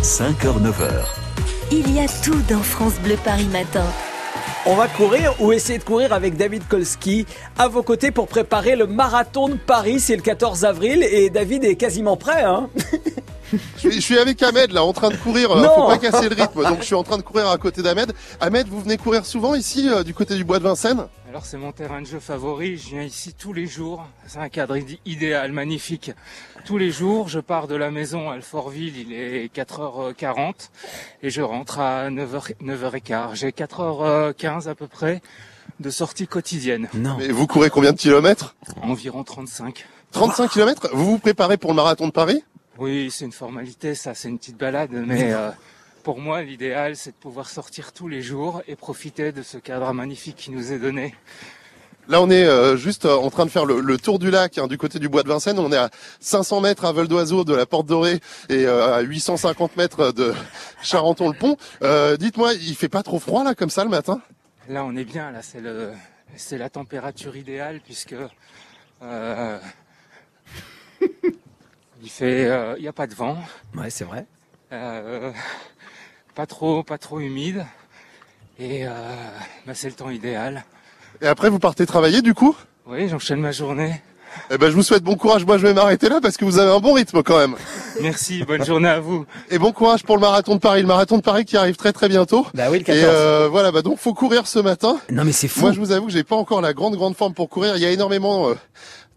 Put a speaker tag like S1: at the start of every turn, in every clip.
S1: 5h-9h.
S2: Il y a tout dans France Bleu Paris Matin.
S3: On va courir ou essayer de courir avec David Kolski à vos côtés pour préparer le marathon de Paris. C'est le 14 avril et David est quasiment prêt. Hein
S4: Je suis, je suis avec Ahmed là, en train de courir.
S3: Non.
S4: Alors, faut pas casser le rythme. Donc je suis en train de courir à côté d'Ahmed. Ahmed, vous venez courir souvent ici euh, du côté du bois de Vincennes
S5: Alors c'est mon terrain de jeu favori, je viens ici tous les jours, c'est un cadre id- idéal, magnifique. Tous les jours, je pars de la maison à Alfortville, il est 4h40 et je rentre à 9h, 9h15. J'ai 4h15 à peu près de sortie quotidienne,
S3: Non.
S4: Mais vous courez combien de kilomètres
S5: environ 35.
S4: 35 kilomètres Vous vous préparez pour le marathon de Paris
S5: Oui, c'est une formalité ça, c'est une petite balade, mais euh, pour moi l'idéal c'est de pouvoir sortir tous les jours et profiter de ce cadre magnifique qui nous est donné.
S4: Là, on est euh, juste euh, en train de faire le, le tour du lac hein, du côté du bois de Vincennes. On est à 500 mètres à Vol d'Oiseau de la Porte Dorée et euh, à 850 mètres euh, de Charenton-le-Pont. Euh, Dites-moi, il fait pas trop froid là comme ça le matin
S5: Là, on est bien. Là, c'est le, c'est la température idéale puisque euh, il fait, euh, il n'y a pas de vent,
S3: Ouais, c'est vrai.
S5: euh, pas trop, pas trop humide, et euh, bah, c'est le temps idéal.
S4: Et après, vous partez travailler du coup
S5: Oui, j'enchaîne ma journée.
S4: Eh ben, je vous souhaite bon courage. Moi, je vais m'arrêter là parce que vous avez un bon rythme quand même.
S5: Merci, bonne journée à vous.
S4: Et bon courage pour le marathon de Paris. Le marathon de Paris qui arrive très très bientôt.
S3: Bah oui, le
S4: Et
S3: 14.
S4: euh, voilà, bah donc faut courir ce matin.
S3: Non, mais c'est fou.
S4: Moi, je vous avoue que j'ai pas encore la grande grande forme pour courir. Il y a énormément euh,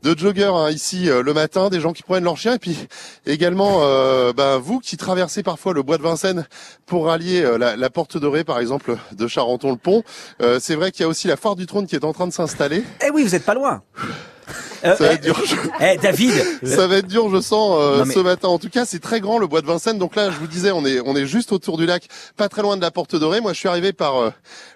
S4: de joggers hein, ici euh, le matin, des gens qui prennent leur chien, et puis également euh, bah, vous qui traversez parfois le bois de Vincennes pour rallier euh, la, la Porte Dorée, par exemple, de Charenton-le-Pont. Euh, c'est vrai qu'il y a aussi la foire du trône qui est en train de s'installer.
S3: Eh oui, vous êtes pas loin. Euh,
S4: Ça va être
S3: eh,
S4: dur. je-
S3: eh, David,
S4: Ça va être dur, je sens, euh,
S3: Non, mais-
S4: ce matin. En tout cas, c'est très grand le bois de Vincennes. Donc là, je vous disais, on est on est juste autour du lac, pas très loin de la Porte Dorée. Moi, je suis arrivé par euh,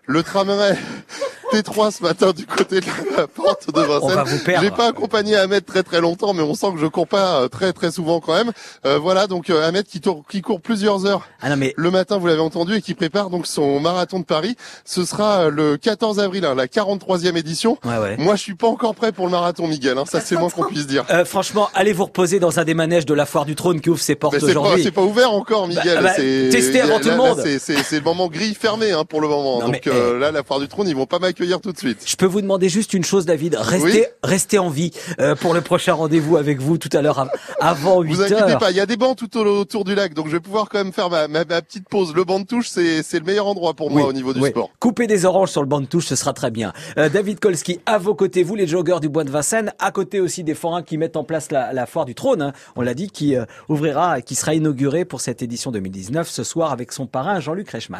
S4: le tramway T3 ce matin du côté de la Porte de
S3: on va
S4: Vincennes.
S3: vous perdre.
S4: J'ai pas accompagné Ahmed très très longtemps, mais on sent que je cours pas euh, très très souvent quand même. Euh, voilà, donc euh, Ahmed qui, tour- qui court plusieurs heures
S3: Ah non, mais
S4: le matin, vous l'avez entendu, et qui prépare donc son marathon de Paris. Ce sera euh, le 14 avril, hein, la 43e édition.
S3: ouais, ouais.
S4: Moi, je suis pas encore prêt pour le marathon, Miguel. hein, ça, c'est le moins qu'on puisse dire.
S3: Euh, franchement, allez vous reposer dans un des manèges de la foire du trône qui ouvre ses portes
S4: Mais c'est pas,
S3: aujourd'hui.
S4: c'est pas ouvert encore, Miguel.
S3: Bah, bah,
S4: c'est-
S3: testez avant
S4: là-
S3: tout le
S4: là,
S3: monde.
S4: C'est c'est- c'est le moment gris fermé hein, pour le moment.
S3: Non,
S4: Donc
S3: mais, eh.
S4: euh, là, la foire du trône, ils vont pas m'accueillir tout de suite.
S3: Je peux vous demander juste une chose, David. Restez,
S4: Oui.
S3: restez en vie euh, pour le prochain rendez-vous avec vous tout à l'heure av- avant 8
S4: Vous inquiétez
S3: heures.
S4: pas, il y a des bancs tout au- autour du lac, donc je vais pouvoir quand même faire ma, ma- ma petite pause. Le banc de touche, c'est c'est le meilleur endroit pour moi
S3: Oui,
S4: au niveau du
S3: oui.
S4: sport.
S3: Couper des oranges sur le banc de touche, ce sera très bien. Euh, David Kolski, à vos côtés, vous les joggeurs du bois de Vincennes, à côté aussi des forains qui mettent en place la, la foire du trône, hein, on l'a dit, qui euh, ouvrira, qui sera inaugurée pour cette édition 2019 ce soir avec son parrain Jean-Luc Reichmann.